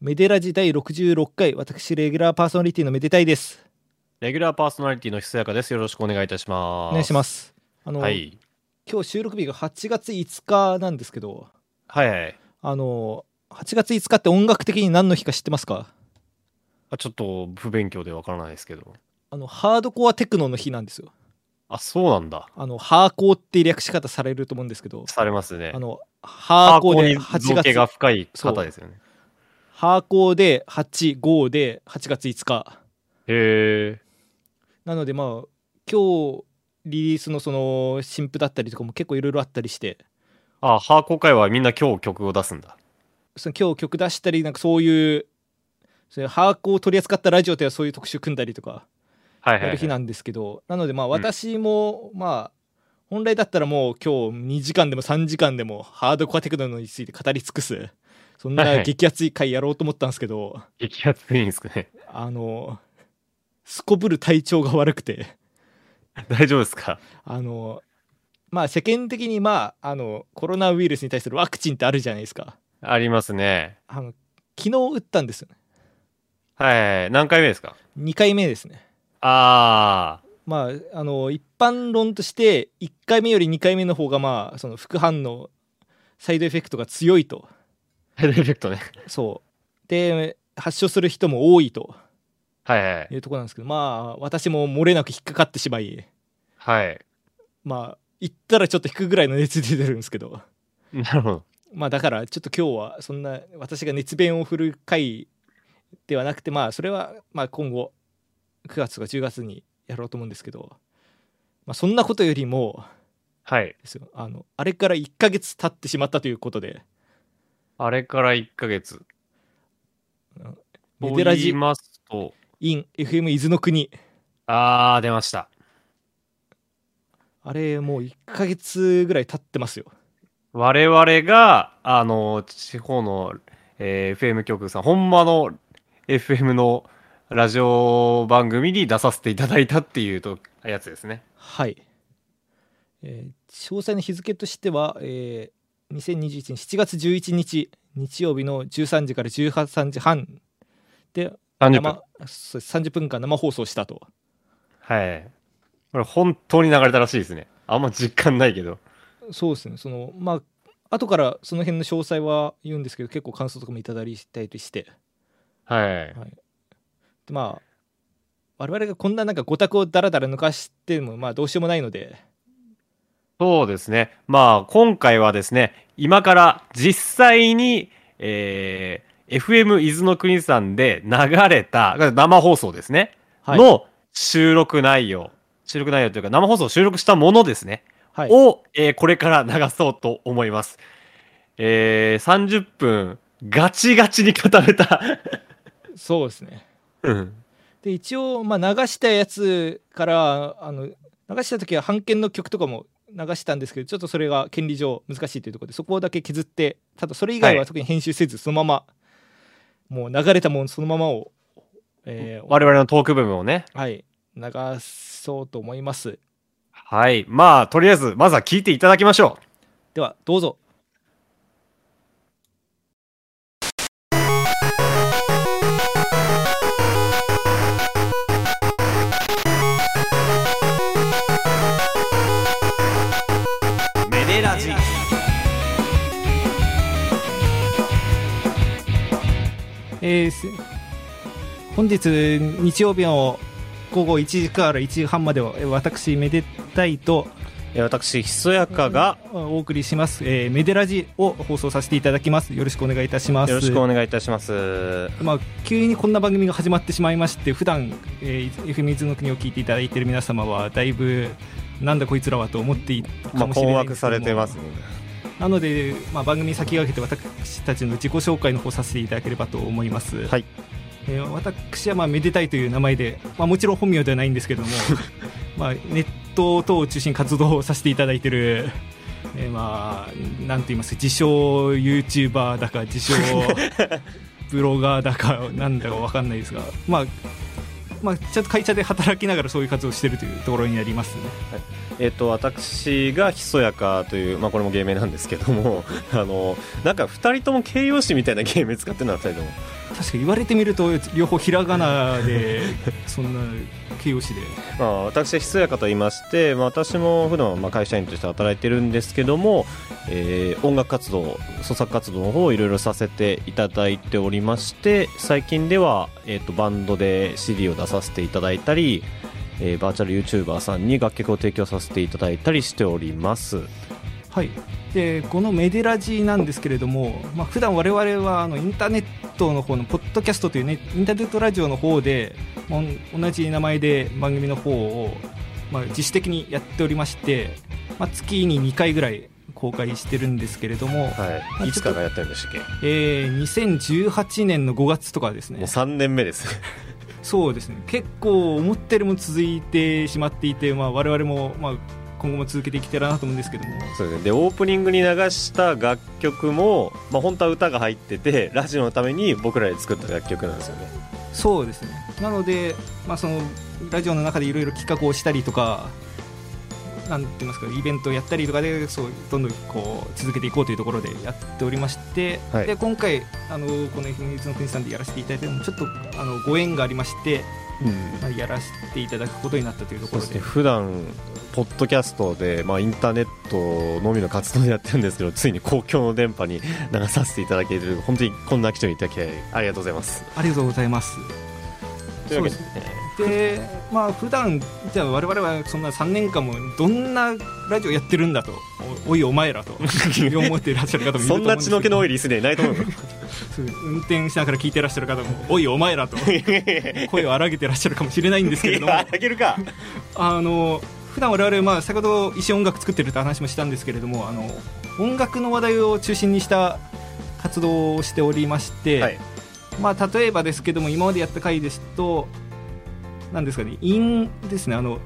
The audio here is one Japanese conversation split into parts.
メデラジ第66回、私、レギュラーパーソナリティのめでたいです。レギュラーパーソナリティのひそやかです。よろしくお願いいたします。。お願いしますす。あの、はい。今日収録日が8月5日なんですけど、はいはい。あの、8月5日って音楽的に何の日か知ってますかあちょっと不勉強でわからないですけど。あの、ハードコアテクノの日なんですよ。あ、そうなんだ。あの、ハーコーって略し方されると思うんですけど、されますねあ。の、ハーコーでハーコ8に造形が月、深い方ですよね。ハーコーで8、5で8月5日。へえ。なのでまあ今日リリースのその新譜だったりとかも結構いろいろあったりしてあ、ハーコ会はみんな今日曲を出すんだ。その今日曲出したりなんかそういうそういう把握を取り扱ったラジオではそういう特集組んだりとかはいはい、やはる日い。なんですけど、なのでまあん私もまあ本来だったらもう今日2時間でも3時間でもハードコアテクノについて語り尽くすそんはいなはい激アツい回やろうと思ったんですけど、激アツいいんですかね。 あのすこぶる体調が悪くて。大丈夫ですかあのまあ世間的にまああのコロナウイルスに対するワクチンってあるじゃないですかありますね。あの昨日打ったんですよねはいはい。何回目ですか2回目ですねあまああの一般論として1回目より2回目の方がまあその副反応サイドエフェクトが強いとー。サイドエフェクトね。そうで発症する人も多いとはいはいい。うところなんですけどまあ私も漏れなく引っかかってしまいはい。まあ行ったらちょっと引くぐらいの熱出てるんですけどなるほど。まあだからちょっと今日はそんな私が熱弁を振る回ではなくてまあそれはまあ今後9月とか10月にやろうと思うんですけど、まあ、そんなことよりもはい。ですよあのあれから1ヶ月経ってしまったということであれから1ヶ月。 「メとデラ言いジますと、 in FM 伊豆の国あー、出ました。」あれもう1ヶ月ぐらい経ってますよ我々が、あの、地方の、えー FM 局さん、ほんまの FM のラジオ番組に出させていただいたっていうとやつですね。はい、えー詳細の日付としては、えー2021年7月11日日曜日の13時から13時半で30生分。そうです30分間生放送したとはい。これ本当に流れたらしいですね。あんま実感ないけど。そうですねそのまあ後からその辺の詳細は言うんですけど結構感想とかもいただいたりしてはい。でまあ我々がこんななんかごたくをだらだら抜かしてもまあどうしようもないのでそうですね。まあ、今回はですね、今から実際に、えー FM 伊豆の国さんで流れた、生放送ですね。はいの収録内容。収録内容というか、生放送収録したものですね。はいを、えーこれから流そうと思います。えー30分、ガチガチに固めた。そうですねうん。で一応まあ流したやつからあの流した時は版権の曲とかも流したんですけどちょっとそれが権利上難しいというところでそこだけ削ってただそれ以外ははい特に編集せずそのままもう流れたものそのままを、えー我々のトーク部分をね。はい流そうと思いますはい。まあ、とりあえず、まずは聞いていただきましょう。ではどうぞメデラジえーす本日日曜日の午後1時から1時半まではえー私めでたいと私、ひそやかが、お送りします、えーメデラジを放送させていただきますよろしくお願いいたしますよろしくお願いいたします。まあ、急にこんな番組が始まってしまいまして普段、えー、FM 伊豆の国を聞いていただいている皆様はだいぶなんだこいつらはと思っているかもしれないですけどもね。なので、まあ、番組先駆けて私たちの自己紹介の方させていただければと思います、はいえー私はまあめでたいという名前で、まあ、もちろん本名ではないんですけどもまあネット等を中心に活動をさせていただいてる、えーまあなんと言いますか自称 YouTuber だか自称ブロガーだかなんだか分かんないですが、まあまあ、ちゃんと会社で働きながらそういう活動をしているというところになりますねえっと、私がひそやかという、まあ、これ も芸名なんですけども、あの、なんか二人とも形容詞みたいな芸名使ってるな、二人とも。確か言われてみると両方ひらがなでそんな形容詞でまあ、私はひそやかと言いまして、まあ、私も普段まあ会社員として働いてるんですけども、えー音楽活動創作活動の方をいろいろさせていただいておりまして最近では、えー、とバンドで CD を出させていただいたり、えーバーチャル YouTuber さんに楽曲を提供させていただいたりしておりますはい、でこのメデラジなんですけれども、まあ普段我々はあのインターネットの方のポッドキャストという、ね、インターネットラジオの方で、まあおん同じ名前で番組の方を、まあ、自主的にやっておりまして、まあ、月に2回ぐらい公開してるんですけれども、はいい、いつからやってるんでしたっけえー2018年の5月とかですもうね3年目ですねそうですね結構思ったよりも続いてしまっていて、まあ、我々も、まあ、今後も続けていきたいなと思うんですけどもそうですねでオープニングに流した楽曲も、まあ、本当は歌が入っててラジオのために僕らで作った楽曲なんですよねそうですねなので、まあ、そのラジオの中でいろいろ企画をしたりとかなんて言いますかイベントをやったりとかでそうどんどんこう続けていこうというところでやっておりまして、はいで今回あのこの「秘密の国さん」でやらせていただいてもちょっとあのご縁がありまして、まあ、やらせていただくことになったというとこそうろですでね普段ポッドキャストで、まあ、インターネットのみの活動をやってるんですけど ついに公共の電波に流させていただける本当にこんな貴重にいただきありがとうございますありがとうございます。というわけで,、でまあ普段じゃあ我々はそんな3年間もどんなラジオやってるんだとおお いお前らと思っていらっしゃる方もいると思そうんですけんなど血の気の多いリスナーいない と思うよそう運転しながら聞いてらっしゃる方も「おいお前ら」と 声を荒げてらっしゃるかもしれないんですけれいどもやあげるかあの普段我々、まあ、先ほど一緒に音楽作ってるって話もしたんですけれどもあの音楽の話題を中心にした活動をしておりまして、はいまあ、例えばですけども今までやった回ですと何ですかね韻ですねあの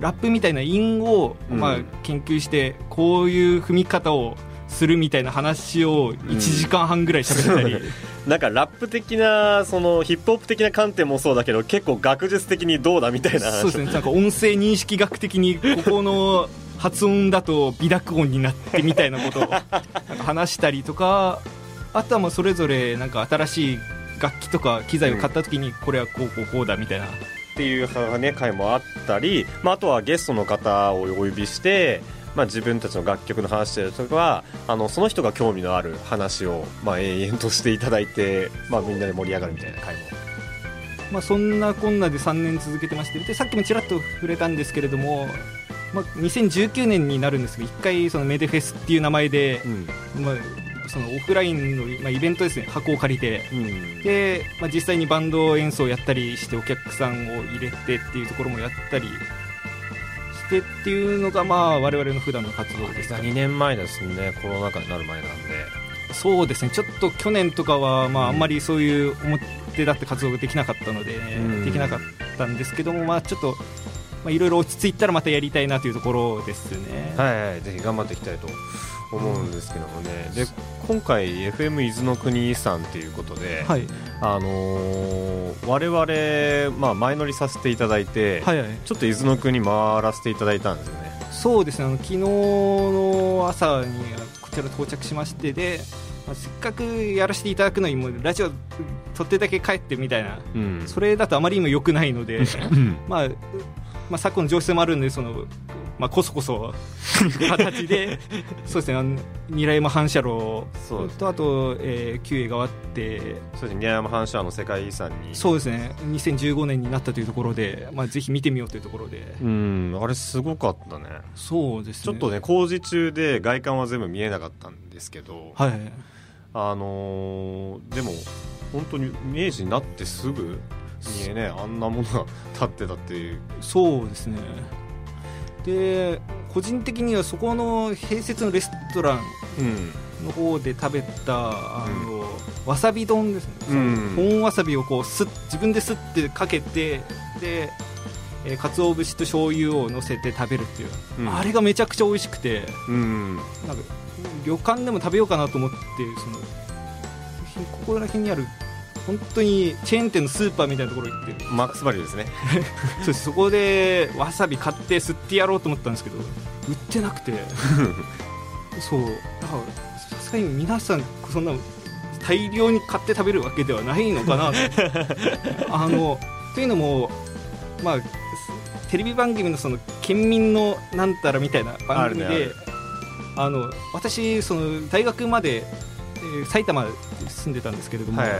ラップみたいな韻を、うんまあ、研究してこういう踏み方をするみたいな話を1時間半ぐらい喋った り、なんかラップ的なそのヒップホップ的な観点もそうだけど結構学術的にどうだみたいな話そうですねなんか音声認識学的にここの発音だと微濁音になってみたいなことを なんか話したりとかあとはまあそれぞれなんか新しい楽器とか機材を買った時にこれはこうこうこうだみたいな、っていう、ね、会もあったり、まあ、あとはゲストの方をお呼びして、まあ、自分たちの楽曲の話とかはあのその人が興味のある話を、まあ、延々としていただいて、まあ、みんなで盛り上がるみたいな会もまあ、そんなこんなで3年続けてましてでさっきもちらっと触れたんですけれども、まあ、2019年になるんですけど1回そのメデフェスっていう名前で、まあ、そのオフラインの、まあ、イベントですね箱を借りて。で、まあ、実際にバンド演奏をやったりしてお客さんを入れてっていうところもやったりしてっていうのがまあ我々の普段の活動ですかね2年前ですねコロナ禍になる前なんでそうですねちょっと去年とかはまああんまりそういう表立って活動ができなかったので、うんできなかったんですけどもまあちょっとまあいろいろ落ち着いたらまたやりたいなというところですね、はい、はい、ぜひ頑張っていきたいと思うんですけどもね、で今回 FM 伊豆の国さんということで、はい、あのー我々、まあ、前乗りさせていただいて、はいはいちょっと伊豆の国回らせていただいたんですよね。そうですねあの昨日の朝にこちら到着しましてで、まあせっかくやらせていただくのにもうラジオ撮ってだけ帰ってみたいなうんそれだとあまりにも良くないの でまあ、まあ、昨今の情勢もあるんでその、まあ、こそこそ 形でそうですねあの二来山反射炉そうですとあと、えー、旧江川ってそうですね、宮山反射の世界遺産に。そうですね2015年になったというところで、まあ、ぜひ見てみようというところでうん、あれすごかったね。そうですちねょっとね、工事中で外観は全部見えなかったんですけど、はいあのーでも、本当に明治になってすぐにね、あんなものが立ってたっていう。そうですねで個人的にはそこの併設のレストランうん。の方で食べたあの、わさび丼ですね、うん本わさびをこうすっ自分ですってかけてで、えー、鰹節と醤油をのせて食べるっていう、うんあれがめちゃくちゃ美味しくてうん。なんか旅館でも食べようかなと思ってそのひここら辺にある本当にチェーン店のスーパーみたいなところ行ってマックスバリューですね。そうですそこでわさび買って吸ってやろうと思ったんですけど売って なくてそうだからさすがに皆さんそんな大量に買って食べるわけではないのかな とあのというのも、まあ、テレビ番組のその県民のなんたらみたいな番組であるねあるあの私その大学まで、えー埼玉に住んでたんですけれども、はい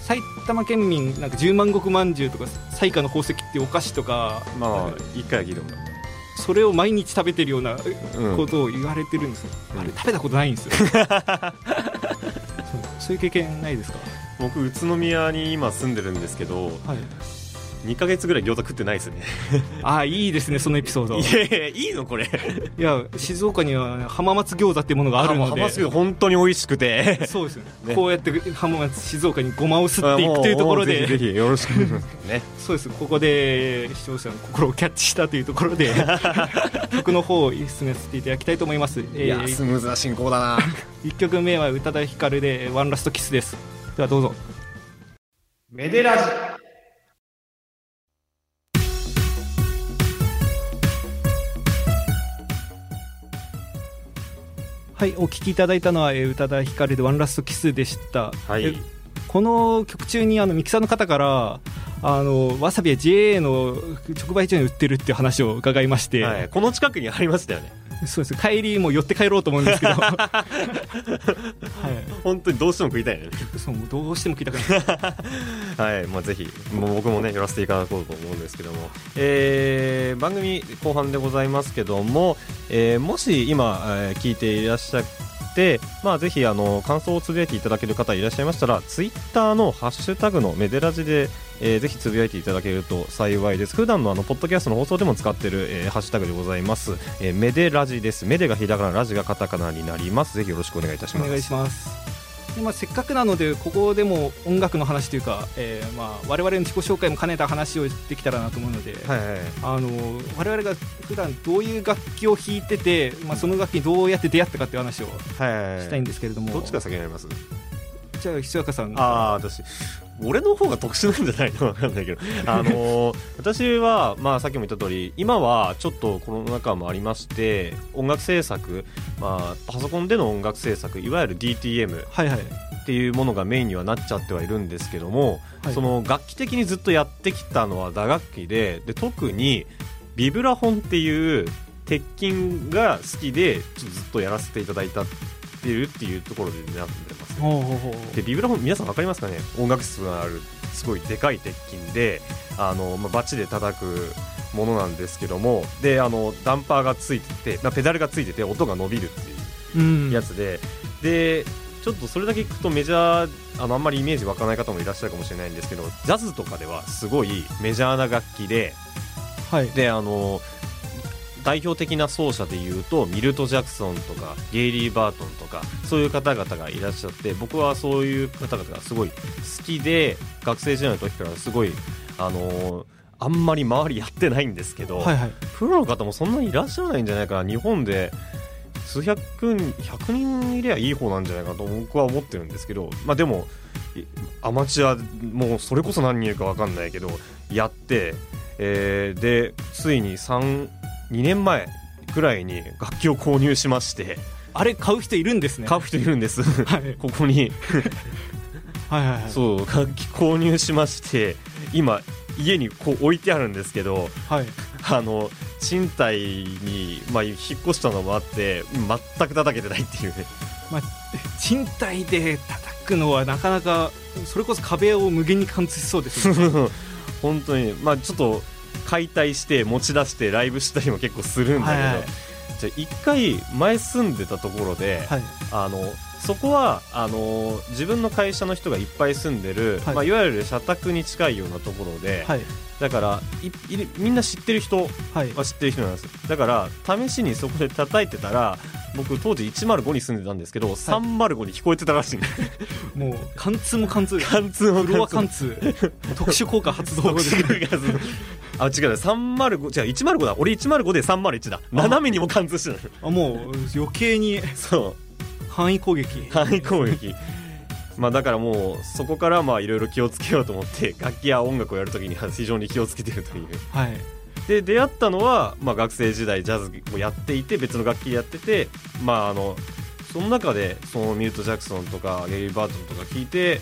埼玉県民なんか十万石まんじゅうとか彩花の宝石っていうお菓子とかまあ一回は聞いたことあるそれを毎日食べてるようなうんことを言われてるんですよ、うんあれ食べたことないんで すよそうそういう経験ないですか、僕宇都宮に今住んでるんですけどはい、 2ヶ月ぐらい餃子食ってないですねああいいですねそのエピソードいいやいやいいのこれや静岡には浜松餃子っていうものがあるので浜松本当に美味しくてそうですよね ねこうやって浜松静岡にごまをすっていくというところあもうもうぜでひぜひよろしくお願いします ねそうですここで視聴者の心をキャッチしたというとこ ろで曲の方を進めさせていただきたいと思います、えいやスムーズな進行だな1曲目は宇多田ヒカルで「ワンラストキス」ですではどうぞメデラジはいお聴きいただいたのはえー宇多田ヒカルで「ワンラストキス」でした、はいえこの曲中にあのミキサーの方からあのわさびや JA の直売所に売ってるっていう話を伺いまして、はい、この近くにありましたよねそうです帰りもう寄って帰ろうと思うんです けど、は本当にどうしても食いたいよねい、そうもうどうしても聞いたくないはい、まあ、ぜひもう僕もね寄らせていただこうと思うんですけどもえー番組後半でございますけども、えーもし今、えー聞いていらっしゃって、まあ、ぜひあの感想をつぶやいていただける方いらっしゃいましたらツイッターの「ハッシュタグのメデラジで」えーぜひつぶやいていただけると幸いです普段のあのポッドキャストの放送でも使ってる、えーハッシュタグでございます、えーメデラジですメデがひらがなラジがカタカナになりますぜひよろしくお願いいたしおます願いしますで、まあ、せっかくなのでここでも音楽の話というか、えーまあ、我々の自己紹介も兼ねた話をできたらなと思うので、はいはいはいあの我々が普段どういう楽器を弾いてて、まあ、その楽器にどうやって出会ったかっていう話をはいしたいんですけれども、どっちが先になりますじゃあひそやかさんああ私俺の方が特殊なんじゃないのわかんないけどあのー私は、まあ、さっきも言った通り今はちょっとコロナ禍もありまして音楽制作、まあ、パソコンでの音楽制作いわゆる DTM はいはいっていうものがメインにはなっちゃってはいるんですけども、はいその楽器的にずっとやってきたのは打楽器でで特にビブラフォンっていう鉄筋が好きでちょっとずっとやらせていただいたっていうっていうところでなってますねほうほうほうでビブラフォン皆さん分かりますかね音楽室があるすごいでかい鉄筋であの、まあ、バチで叩くものなんですけどもであのダンパーがついてて、まあ、ペダルがついてて音が伸びるっていううんやつで、でちょっとそれだけ聞くとメジャーあのあんまりイメージ湧かない方もいらっしゃるかもしれないんですけどジャズとかではすごいメジャーな楽器ではいであの代表的な奏者でいうとミルト・ジャクソンとかゲイリー・バートンとかそういう方々がいらっしゃって僕はそういう方々がすごい好きで学生時代の時からすごいあのあんまり周りやってないんですけど、はいはいプロの方もそんなにいらっしゃらないんじゃないかな日本で数百人100人いればいい方なんじゃないかと僕は思ってるんですけど、まあ、でもいアマチュアもうそれこそ何人いるか分かんないけどやって、えーでついに32年前くらいに楽器を購入しましてあれ買う人いるんですね買う人いるんですはいはいここにはいはいそう楽器購入しまして今家にこう置いてあるんですけどはいあの賃貸に、まあ、引っ越したのもあって全く叩けてないっていうね賃貸で叩くのはなかなかそれこそ壁を無限に貫通しそうですよね 本当にまあちょっと解体して持ち出してライブしたりも結構するんだけど、はいはいじゃあ一回前住んでたところで、 はいあのそこはあの自分の会社の人がいっぱい住んでる、はいいまあ、いわゆる社宅に近いようなところで、はいだからいいるみんな知ってる人はいは知ってる人なんですよだから試しにそこで叩いてたら僕当時105に住んでたんですけど、305に聞こえてたらしいんですもう貫通も 貫通貫通のフロア貫通 特殊効果発動ですあ違う305違う105だ俺105で301だ斜めにも貫通してたあもう余計にそ範囲攻撃う範囲攻撃まあだからもうそこからまあいろいろ気をつけようと思って楽器や音楽をやるときには非常に気をつけてるというはいで出会ったのは、まあ、学生時代ジャズもやっていて別の楽器やってて、まあ、あのその中でそのミルト・ジャクソンとかゲリー・バートンとか聞いてで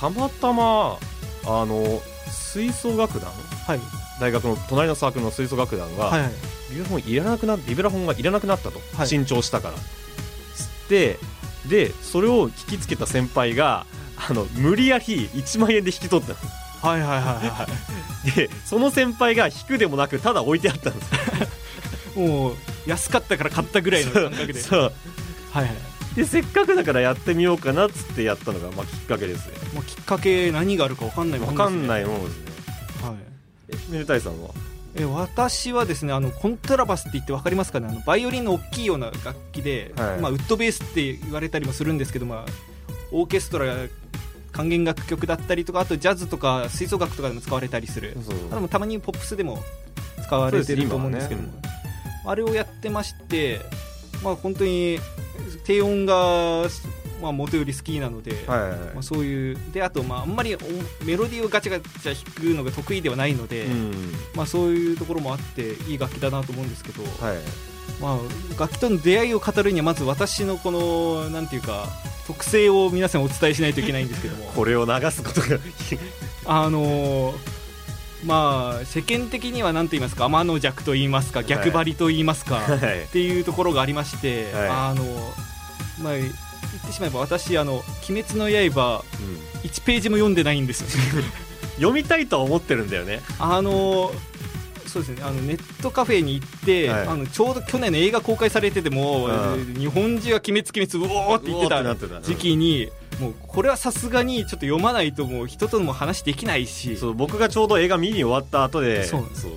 たまたまあの吹奏楽団はい大学の隣のサークルの吹奏楽団が、はいはいビブラフォンいらなくなビブラフォンがいらなくなったと、はい新調したからつってでそれを聞きつけた先輩があの無理やり1万円で引き取ったのはいはいはいはでその先輩が引くでもなくただ置いてあったんですい もう安かったから買ったぐらいの感覚でそうはいはいでせっかくだからやってみようかなっつってやったのが、まあ、きっかけですねもうきっかけ何があるか分かんないもわんかんい、ないものですねはい、えめでたいさんはえ私はですねあのコントラバスって言って分かりますかねあのバイオリンの大きいような楽器で、はいまあ、ウッドベースって言われたりもするんですけど、まあ、オーケストラや管弦楽曲だったりとかあとジャズとか吹奏楽とかでも使われたりするそうあでもたまにポップスでも使われてると思うんですけども、そうあれをやってまして、まあ、本当に低音が、まあ、元より好きなので、はいはいはいまあ、そういうであと、まあ、あんまりおメロディーをガチャガチャ弾くのが得意ではないので、うんまあ、そういうところもあっていい楽器だなと思うんですけど、はいまあ、楽器との出会いを語るにはまず私のこのなんていうか特性を皆さんお伝えしないといけないんですけどもこれを流すことがあのーまあ世間的には何と言いますか天の弱と言いますかい逆張りと言いますか、 はいっていうところがありまして、はいあのまあ言ってしまえば私あの「鬼滅の刃」うん1ページも読んでないんです よ読みたいとは思ってるんだよねあのそうですねあのネットカフェに行って、はいあのちょうど去年の映画公開されてても、うん日本中が「鬼滅鬼滅」うおーって言ってうおーってなたってた時期にもうこれはさすがにちょっと読まないともう人とも話できないしそう僕がちょうど映画見に終わった後でそうそう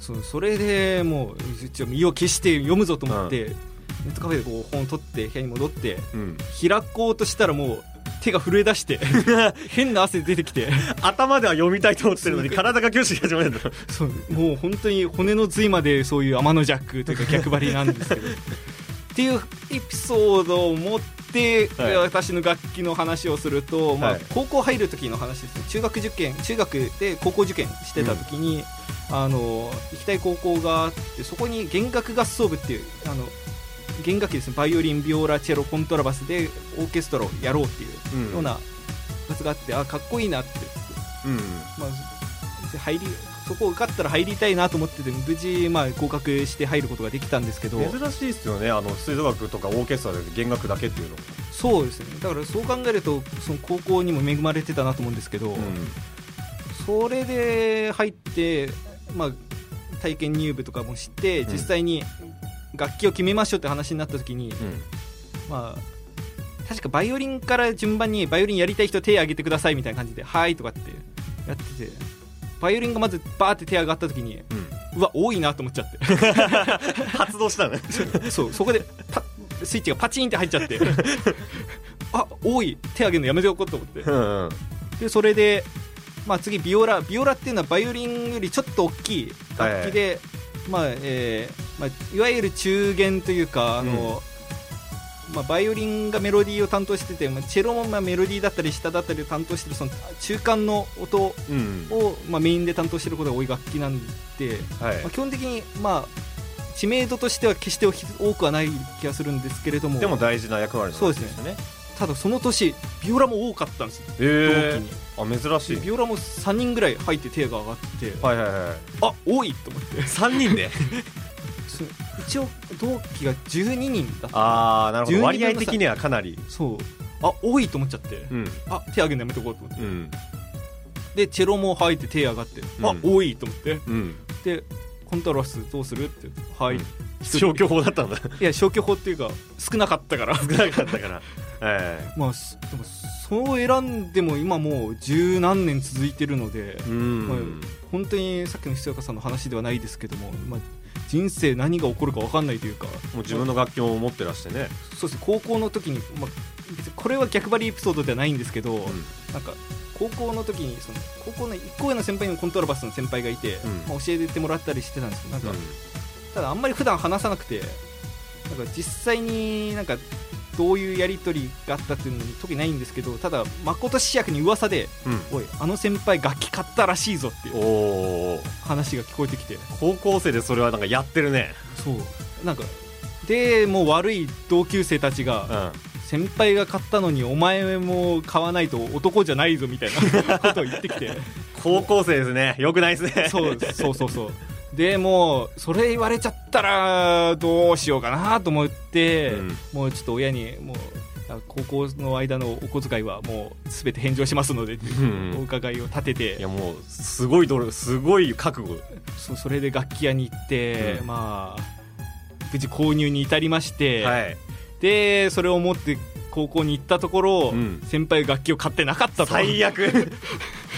そうそれでもうちょ身を消して読むぞと思って、ネットカフェでこう本を取って部屋に戻ってうん、開こうとしたらもう手が震え出して変な汗出てきて頭では読みたいと思ってるのに体が拒否し始めるんだそうもう本当に骨の髄までそういう天の弱というか逆張りなんです けどっていうエピソードを持って、はい私の楽器の話をすると、まはあい、高校入る時の話ですね中学受験中学で高校受験してた時に、あの行きたい高校があってそこに弦楽合奏部っていうあの弦楽器ですねバイオリンビオラチェロコントラバスでオーケストラをやろうっていううんような部活があってあかっこいいなってうんまあ、入りそこ受かったら入りたいなと思ってて無事、まあ、合格して入ることができたんですけど珍しいですよねあの吹奏楽とかオーケストラで弦楽だけっていうのそうですねだからそう考えるとその高校にも恵まれてたなと思うんですけど、それで入って、まあ、体験入部とかもしてうん実際に楽器を決めましょうって話になった時に、うんまあ確かバイオリンから順番にバイオリンやりたい人手挙げてくださいみたいな感じで「はい」とかってやっててバイオリンがまずバーって手上がった時にうんうわ多いなと思っちゃって発動したねそうそこでパスイッチがパチンって入っちゃって あ多い手上げるのやめておこうと思って うんうんでそれで、まあ、次ビオラビオラっていうのはバイオリンよりちょっと大きい楽器で、まあえーまあ、いわゆる中弦というかあの、まあ、バイオリンがメロディーを担当してて、まあ、チェロもまあメロディーだったり下だったりを担当してるその中間の音を、うんまあ、メインで担当してることが多い楽器なんで。はいまあ、基本的に、まあ、知名度としては決して多くはない気がするんですけれどもでも大事な役割なんそうですねただその年ビオラも多かったんですよえ同期ー、あ珍しいビオラも3人ぐらい入って手が上がってはいはいはい あ多いと思って3人でそう一応同期が12人だったああなるほ12ど分の割合的にはかなりそうあ多いと思っちゃって、うんあ手上げるのやめとこうと思ってうんでチェロも入って手上がって、あうん多いと思ってうんでコントラバスどうするってはい、うんい消去法だったんだや消去法っていうか少なかったから少なかった からえまあ、すでもそう選んでも今もう十何年続いてるので、えうまあん、本当にさっきの久岡さんの話ではないですけども、まあ、人生何が起こるか分かんないというかもう自分の楽器も持ってらしてね、そうですね高校の時に、まあ、別にこれは逆張りエピソードではないんですけど、なんか高校の時にその高校の1個上の先輩のコントラバスの先輩がいて、んまあ、教えてもらったりしてたんですけどなんか、ただあんまり普段話さなくてなんか実際になんかどういうやり取りがあったっていうのに特にないんですけどただ誠市役に噂でうん「おいあの先輩楽器買ったらしいぞ」っていうおお話が聞こえてきて高校生でそれはなんかやってるねそうなんかでもう悪い同級生たちが、うん先輩が買ったのにお前も買わないと男じゃないぞみたい なことを言ってきて高校生ですねよくないですねそうそうそうそうでもうそれ言われちゃったらどうしようかなと思って、うんもうちょっと親にもうあ高校の間のお小遣いはもう全て返上しますのでっていうお伺いを立ていてやもうすごい努力すごい覚悟そそれで楽器屋に行って、うんまあ無事購入に至りまして、はいでそれを持って高校に行ったところ、うん先輩が楽器を買ってなかったと最 悪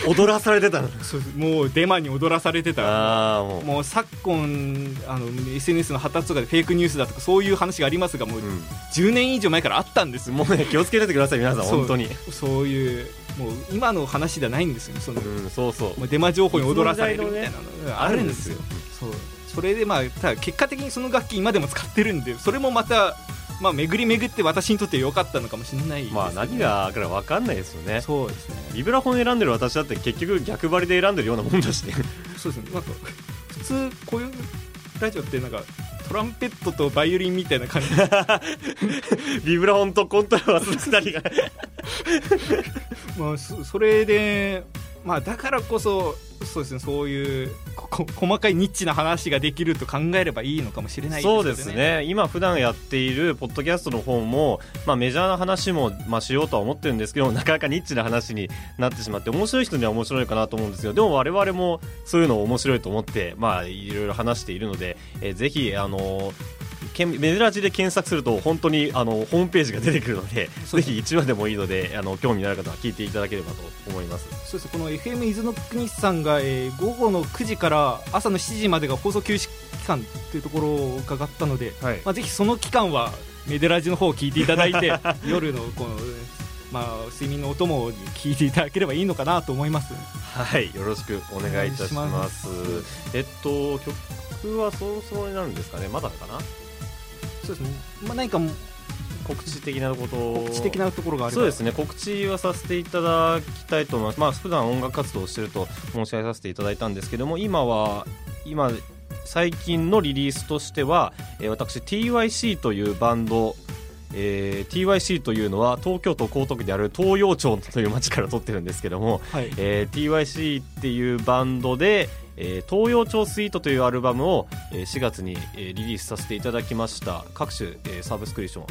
踊らされてたのそうもうデマに踊らされてたああもうもう昨今あの SNS の発達とかでフェイクニュースだとかそういう話がありますがもううん10年以上前からあったんですもうね気をつけててください皆さんそう本当にそういうもう今の話ではないんですよねその、うんそうそうもうデマ情報に踊らされるみたいなのがあるんですよあるんそうそれでまあただ結果的にその楽器今でも使ってるんでそれもまた、まあ、巡り巡って私にとって良かったのかもしれないですまあ何があるか分かんないですよねそうですねビブラフォン選んでる私だって結局逆張りで選んでるようなもんだしねそうですねなんか普通こういうラジオってなんかトランペットとバイオリンみたいな感じでビブラフォンとコントラバス2人がまあそそれでまあだからこそそうですねそういうここ細かいニッチな話ができると考えればいいのかもしれないそうですね今普段やっているポッドキャストの方も、まあ、メジャーな話も、まあ、しようとは思ってるんですけど なかなかニッチな話になってしまって面白い人には面白いかなと思うんですよでも我々もそういうのを面白いと思って、まあ、いろいろ話しているので、えーぜひあのけんメジラジで検索すると本当にあのホームページが出てくるのでそうぜひ1話でもいいのであの興味のある方は聞いていただければと思いますそうですこの FM 伊豆の国さんが、えー午後の9時から朝の7時までが放送休止期間というところを伺ったので、はいまあ、ぜひその期間はメデラジの方を聞いていただい て夜のこの、まあ、睡眠のお供に聞いていただければいいのかなと思いますはいよろしくお願いいたしお願いしまますえっと曲はそろそろになるんですかねまだかなそうですね、まあ、何か告知的なことを知的なところがあればそうですね告知はさせていただきたいと思いますまあ普段音楽活動をしてると申し上げさせていただいたんですけども今は今最近のリリースとしては、えー私 TYC というバンドえー TYC というのは東京都江東区である東洋町という町から撮ってるんですけども、はいえー TYC っていうバンドで「えー東洋町スイート」というアルバムを、えー4月に、えーリリースさせていただきました各種、えーサブスクリプション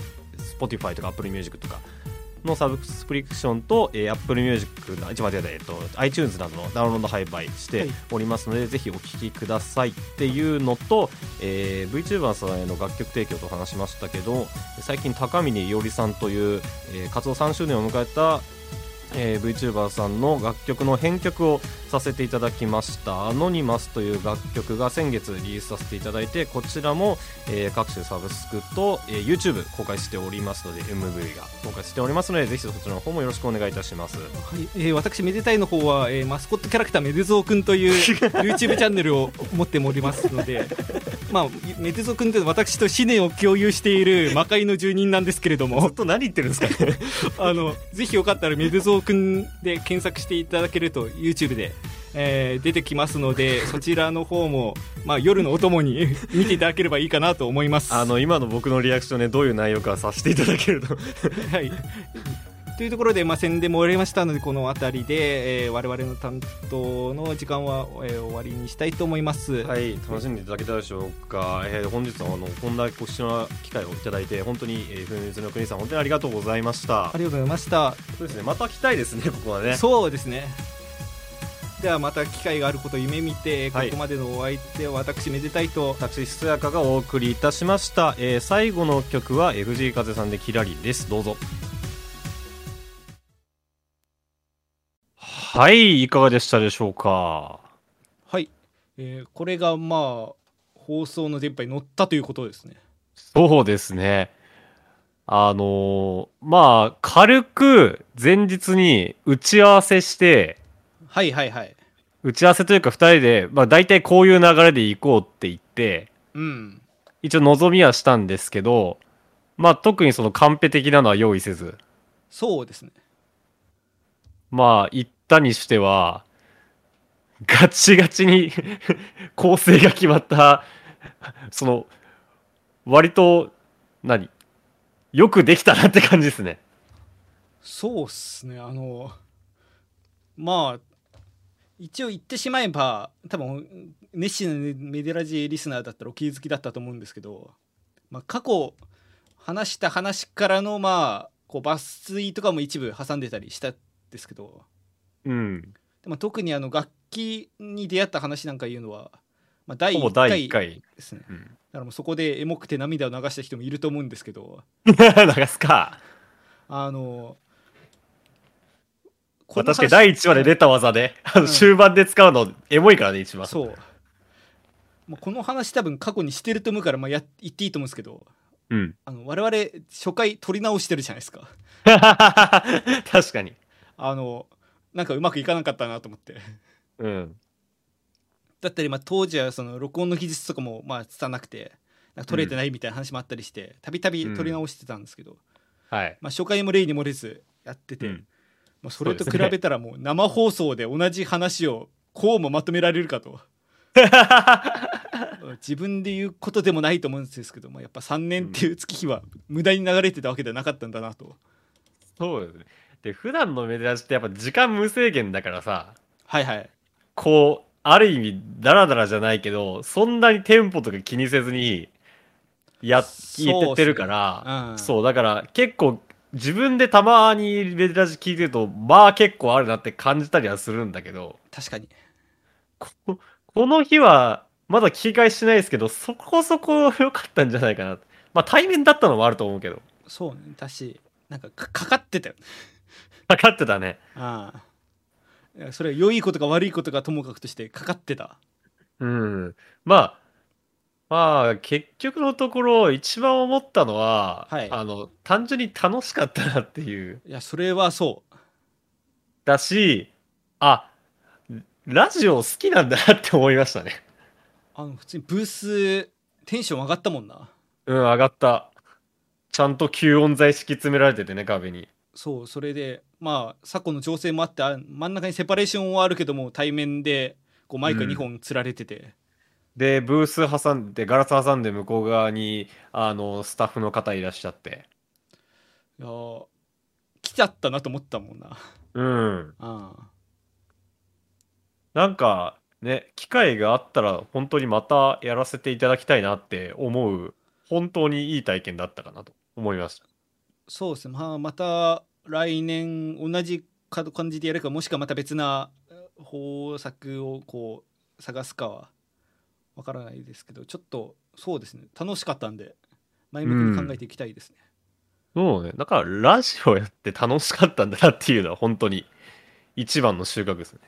Spotify とか AppleMusic とかのサブスクリプションと、えー、AppleMusic あ一番間違えた、えー、と iTunes などのダウンロード販売しはていおりますので、ぜひお聴きくださいっていうのと、えー VTuber さんへの楽曲提供と話しましたけど最近高峰伊織さんという、えー活動3周年を迎えたえー、VTuber さんの楽曲の編曲をさせていただきました「アノニマス」という楽曲が先月リリースさせていただいてこちらも、えー各種サブスクと、えー YouTube 公開しておりますので MV が公開しておりますのでぜひそちらの方もよろしくお願いいたしますはいえー私、めでたいの方は、えーマスコットキャラクターめでぞうくんという YouTube チャンネルを持っておりますので、まあ、めでぞうくんというのは私と思念を共有している魔界の住人なんですけれども本当何言ってるん ですかねあのぜひよかったらめでぞうくんで検索していただけると YouTube で、えー出てきますのでそちらの方も、まあ、夜のお供に 見ていただければいいかなと思います。あの今の僕のリアクションねどういう内容かさせていただけると はい、というところで、まあ、宣伝も終わりましたのでこの辺りで、えー我々の担当の時間は、えー終わりにしたいと思います。はい楽しんでいただけたでしょうか、えー本日はあのこんな貴重な機会をいただいて本当にえー風水の国さん本当にありがとうございましたありがとうございました。そうですねまた来たいですねここはねそうですね。ではまた機会があることを夢見て、はいここまでのお相手は私めでたいと。私ひそやかがお送りいたしました、えー最後の曲は FG 風さんで「キラリ」ですどうぞはい、いかがでしたでしょうか。はい。えーこれがまあ放送の電波に乗ったということですね。そうですね。あのーまあ、軽く前日に打ち合わせして、はいはいはい。打ち合わせというか2人で、まあ、大体こういう流れで行こうって言って、うん。一応望みはしたんですけど、まあ、特にそのカンペ的なのは用意せず、そうですね。まあ、言ったにしては、ガチガチ に構成が決まった、その、割と何よくできたなって感じですね。そうっすねあのまあ一応言ってしまえば多分熱心なメデラジーリスナーだったらお気づきだったと思うんですけど、まあ、過去話した話からのまあこう抜粋とかも一部挟んでたりしたんですけどうん。でも特にあの楽器に出会った話なんかいうのは、まあ、第ほぼ1第1回回。ですねうだん、からもうそこでエモくて涙を流した人もいると思うんですけど 流すか。あのまあ確かに第1話で出た技で、あの終盤で使うのエモいからね、一番。そう、まあ、この話多分過去にしてると思うから、まあ、や言っていいと思うんですけどうん。 あの我々初回撮り直してるじゃないですか確かに。あのなんかうまくいかなかったなと思ってうん。だったり、まあ、当時はその録音の技術とかもまあ拙なくてなんか撮れてないみたいな話もあったりしてたびたび撮り直してたんですけど、 はい。まあ、初回も例に漏れずやってて、うんまあ、それとそう比ですねべたらもう生放送で同じ話をこうもまとめられるかと自分で言うことでもないと思うんですけど、まあ、やっぱ3年っていう月日は無駄に流れてたわけではなかったんだなとそうですね。で、普段のメディアってやっぱ時間無制限だからさ、はいはいこう、ある意味、ダラダラじゃないけど、そんなにテンポとか気にせずに、やっ、そうっすね聞いてるから、うんそう、だから結構、自分でたまにメディラジ聞いてると、まあ結構あるなって感じたりはするんだけど、確かにここの日は、まだ聞き返しないですけど、そこそこ良かったんじゃないかな。まあ対面だったのもあると思うけど、そうねだしなんかかかかってたよねかかってたね。ああいやそれは良いことか悪いことかともかくとしてかかってたうん。まあ、まあ、結局のところ、一番思ったのは、はいあの、単純に楽しかったなっていう。いやそれはそうだし、あ、ラジオ好きなんだなって思いましたね。あの普通にブーステンション上がったもんなうん、上がった。ちゃんと吸音材敷き詰められててね、壁に。そうそれでまあ昨今の情勢もあってあ真ん中にセパレーションはあるけども対面でこうマイクがうん2本つられてて、で、ブース挟んで、ガラス挟んで向こう側に、あの、スタッフの方いらっしゃって。いやー来ちゃったなと思ったもんなうん。ああなんか、ね、機会があったら、本当にまたやらせていただきたいなって思う、本当にいい体験だったかなと思いました。そうですねまあまた来年同じか感じでやるかもしくはまた別なえ方策をこう探すかはわからないですけどちょっとそうですね楽しかったんで前向きに考えていきたいですね、そうね。だから、ラジオやって楽しかったんだなっていうのは、本当に一番の収穫ですね。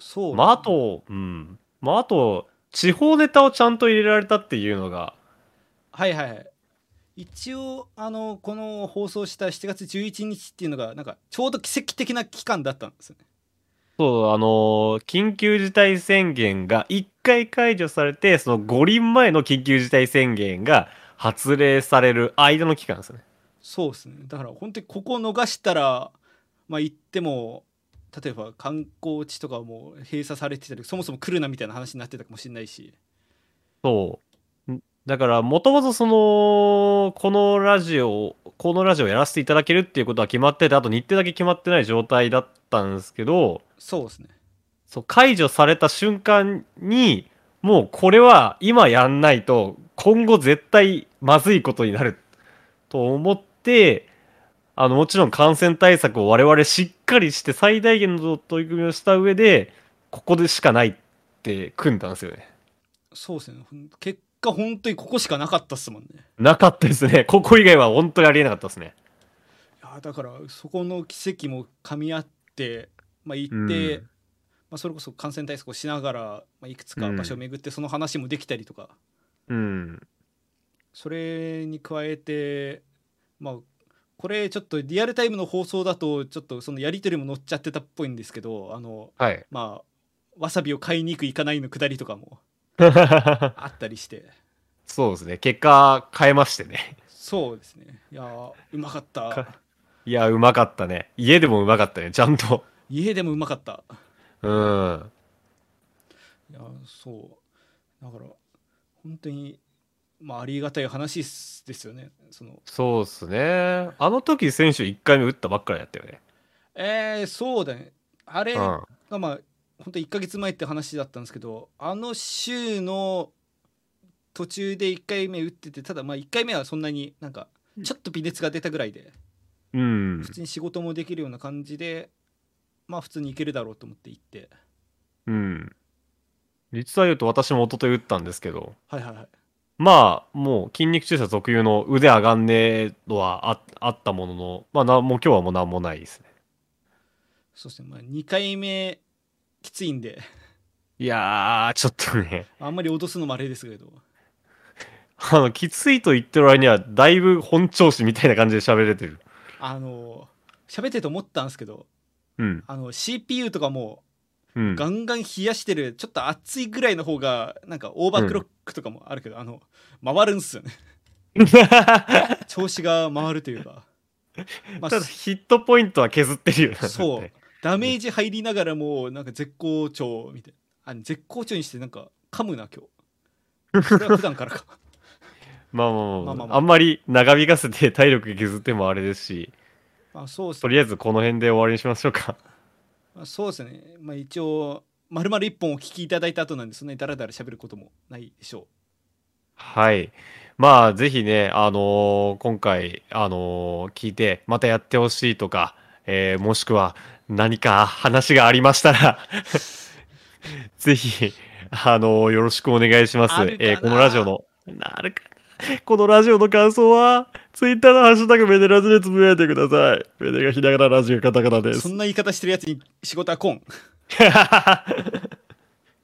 そうですねまあ、あと、うん。まあ、あと、地方ネタをちゃんと入れられたっていうのが、はいはいはい一応あのこの放送した7月11日っていうのがなんかちょうど奇跡的な期間だったんですよねそう、あのー緊急事態宣言が1回解除されて、その五輪前の緊急事態宣言が発令される間の期間ですね。そうですねだから本当にここを逃したらまあ行っても例えば観光地とかはもう閉鎖されてたりそもそも来るなみたいな話になってたかもしれないしそう。んだから、もともとその、このラジオ、このラジオをやらせていただけるっていうことは決まってて、あと日程だけ決まってない状態だったんですけど、そうですねそう、解除された瞬間に、もうこれは今やんないと、今後絶対まずいことになると思って、あの、もちろん感染対策を我々しっかりして最大限の取り組みをした上で、ここでしかないって組んだんですよね。そうですねほん結果本当にここしかなかったっすもんねなかったですね。 ここ以外は本当にありえなかったですね。いやだからそこの奇跡も噛み合って、まあ、行って、うんまあ、それこそ感染対策をしながら、まあ、いくつか場所を巡ってその話もできたりとか、うん。それに加えてまあこれちょっとリアルタイムの放送だとちょっとそのやり取りも載っちゃってたっぽいんですけどあのはい。まあわさびを買いに行く行かないのくだりとかも あったりしてそうですね。結果変えましてね。そうですねいやーうまかったか いや、うまかったね。家でもうまかったね。ちゃんと。家でもうまかったうん。いやそうだから本当にまあ、ありがたい話っすですよね。そのそうっすね。あの時選手1回目打ったばっかりだったよね。えー、そうだね。あれうが、ん。まあ、本当1ヶ月前って話だったんですけど、あの週の途中で1回目打ってて、ただまあ1回目はそんなになんか、ちょっと微熱が出たぐらいで、うん普。通に仕事もできるような感じで、まあ普通にいけるだろうと思って行って、うん。実は言うと私も一昨日打ったんですけど、はいはいはい。まあ、もう筋肉注射特有の腕上がんねえのはああったものの、まあなんもう今日はもうなんもないですね。そうですね、まあ、2回目きついんで、いやー、ちょっとね、あんまり脅すのもあれですけど、あの、きついと言ってる割には、だいぶ本調子みたいな感じで喋れてる。あの、喋ってて思ったんですけど、うん。あの CPU とかもうん。 ガンガン冷やしてる、ちょっと熱いぐらいの方がなんかオーバークロックとかもあるけど、あの回るんすよね 調子が回るというか、まあただヒットポイントは削ってるよなそだっうてダメージ入りながらもなんか絶好調みたいなあ絶好調にしてなんか噛むな今 日これは普段からかまあまあままああままあああんまり長引かせて体力削ってもあれですしまあそうですとね、りあえずこの辺で終わりにしましょうかまあ、そうですねまあ一応まるまる一本お聞きいただいた後なんでそんなにダラダラ喋ることもないでしょはいまあぜひねあのー今回あのー聞いてまたやってほしいとか、えーもしくは何か話がありましたら ぜひあのーよろしくお願いしますあるかなえーこのラジオのなるかなこのラジオの感想はツイッターのハッシュタグメデラジでつぶやいてくださいメデがひながらラジオカタカナでうすそんな言い方してるやつに仕事はこん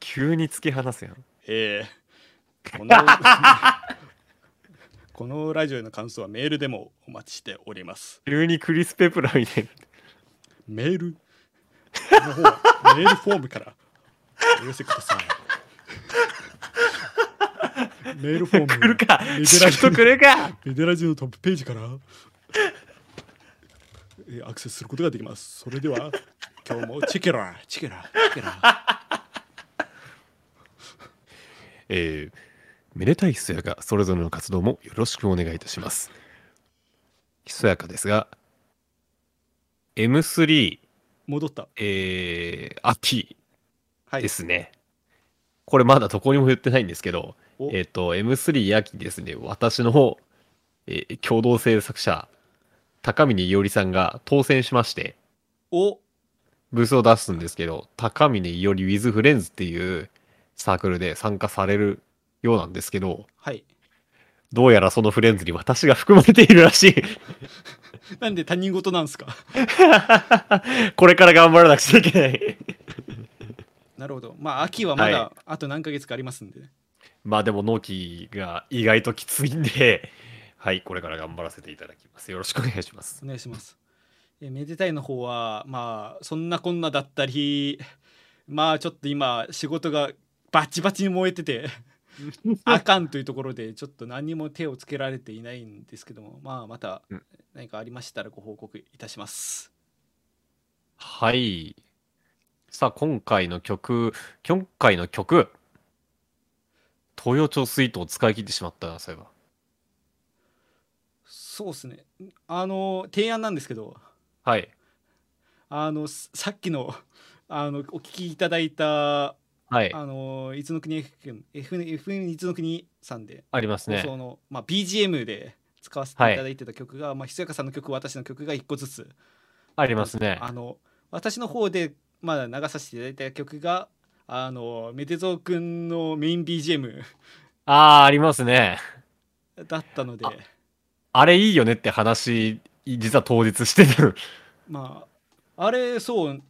急に突き放すやん。ええこの このラジオへの感想はメールでもお待ちしております急にクリス・ペプラーみたいな。メールの方はメールフォームからお寄せくださいメールフォームは来る かメデシラフジトの来るかメデラジのトップページからえーアクセスすることができますそれでは今日もチェケラチェケラチェケラえー、めでたいひそやか、それぞれの活動もよろしくお願いいたします。ひそやかですが、M3、戻ったえー、秋はいですね。これまだどこにも言ってないんですけど、おえっ、と、M3 秋ですね、私の方、えー共同制作者、高峰伊織さんが当選しまして、おブースを出すんですけど、高峰伊織 with フレンズっていうサークルで参加されるようなんですけど、はいどうやらそのフレンズに私が含まれているらしい。 なんで他人事なんすかこれから頑張らなくちゃいけない。 なるほど。まあ、秋はまはだあと何ヶ月かありますんで、ねまあでも納期が意外ときついんで、はい、これから頑張らせていただきます。よろしくお願いします。お願いします。えめでたいの方は、まあ、そんなこんなだったり、 まあ、ちょっと今、仕事がバチバチに燃えてて、あかんというところで、ちょっと何も手をつけられていないんですけども、まあ、またうん何かありましたらご報告いたします。はい。さあ、今回の曲、今回の曲、東洋町スイートを使い切ってしまったな、そういえば。そうですね。あの、提案なんですけど、はい。あの、ささっきの、 あの、お聞きいただいたはい。ああのー、いつの国 FM、F- FM いつの国さんでります放ね。送の、まあ、BGM で使わせていただいてた曲が、まあ、ひそやかさんの曲私の曲が1個ずつありますね。あの私の方で、まあ、流させていただいた曲があのメテゾウくんのメイン BGM ああ、ありますね。だったのでああれいいよねって話、実は当日してる。まああれそう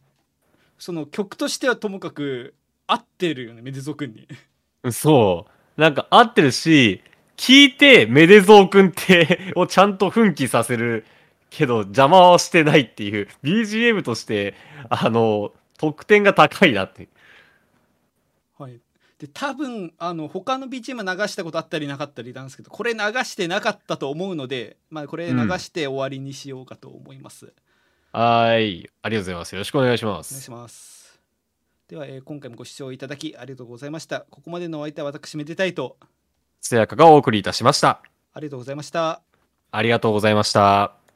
その曲としてはともかく合ってるよねメテゾウくんにそう。なんか合ってるし、聞いて、めでぞうくんって、をちゃんと奮起させるけど、邪魔はしてないっていう、BGM として、あの、得点が高いなって。はいで多分あの他の BGM は流したことあったりなかったりなんですけどこれ流してなかったと思うので、まあ、これ流して終わりにしようかと思います、はーい。ありがとうございます。よろしくお願いしまお願いしす。ます。では、えー今回もご視聴いただきありがとうございました。ここまでのお相手は私めでたいと。つやかがお送りいたしました。ありがとうございました。ありがとうございました。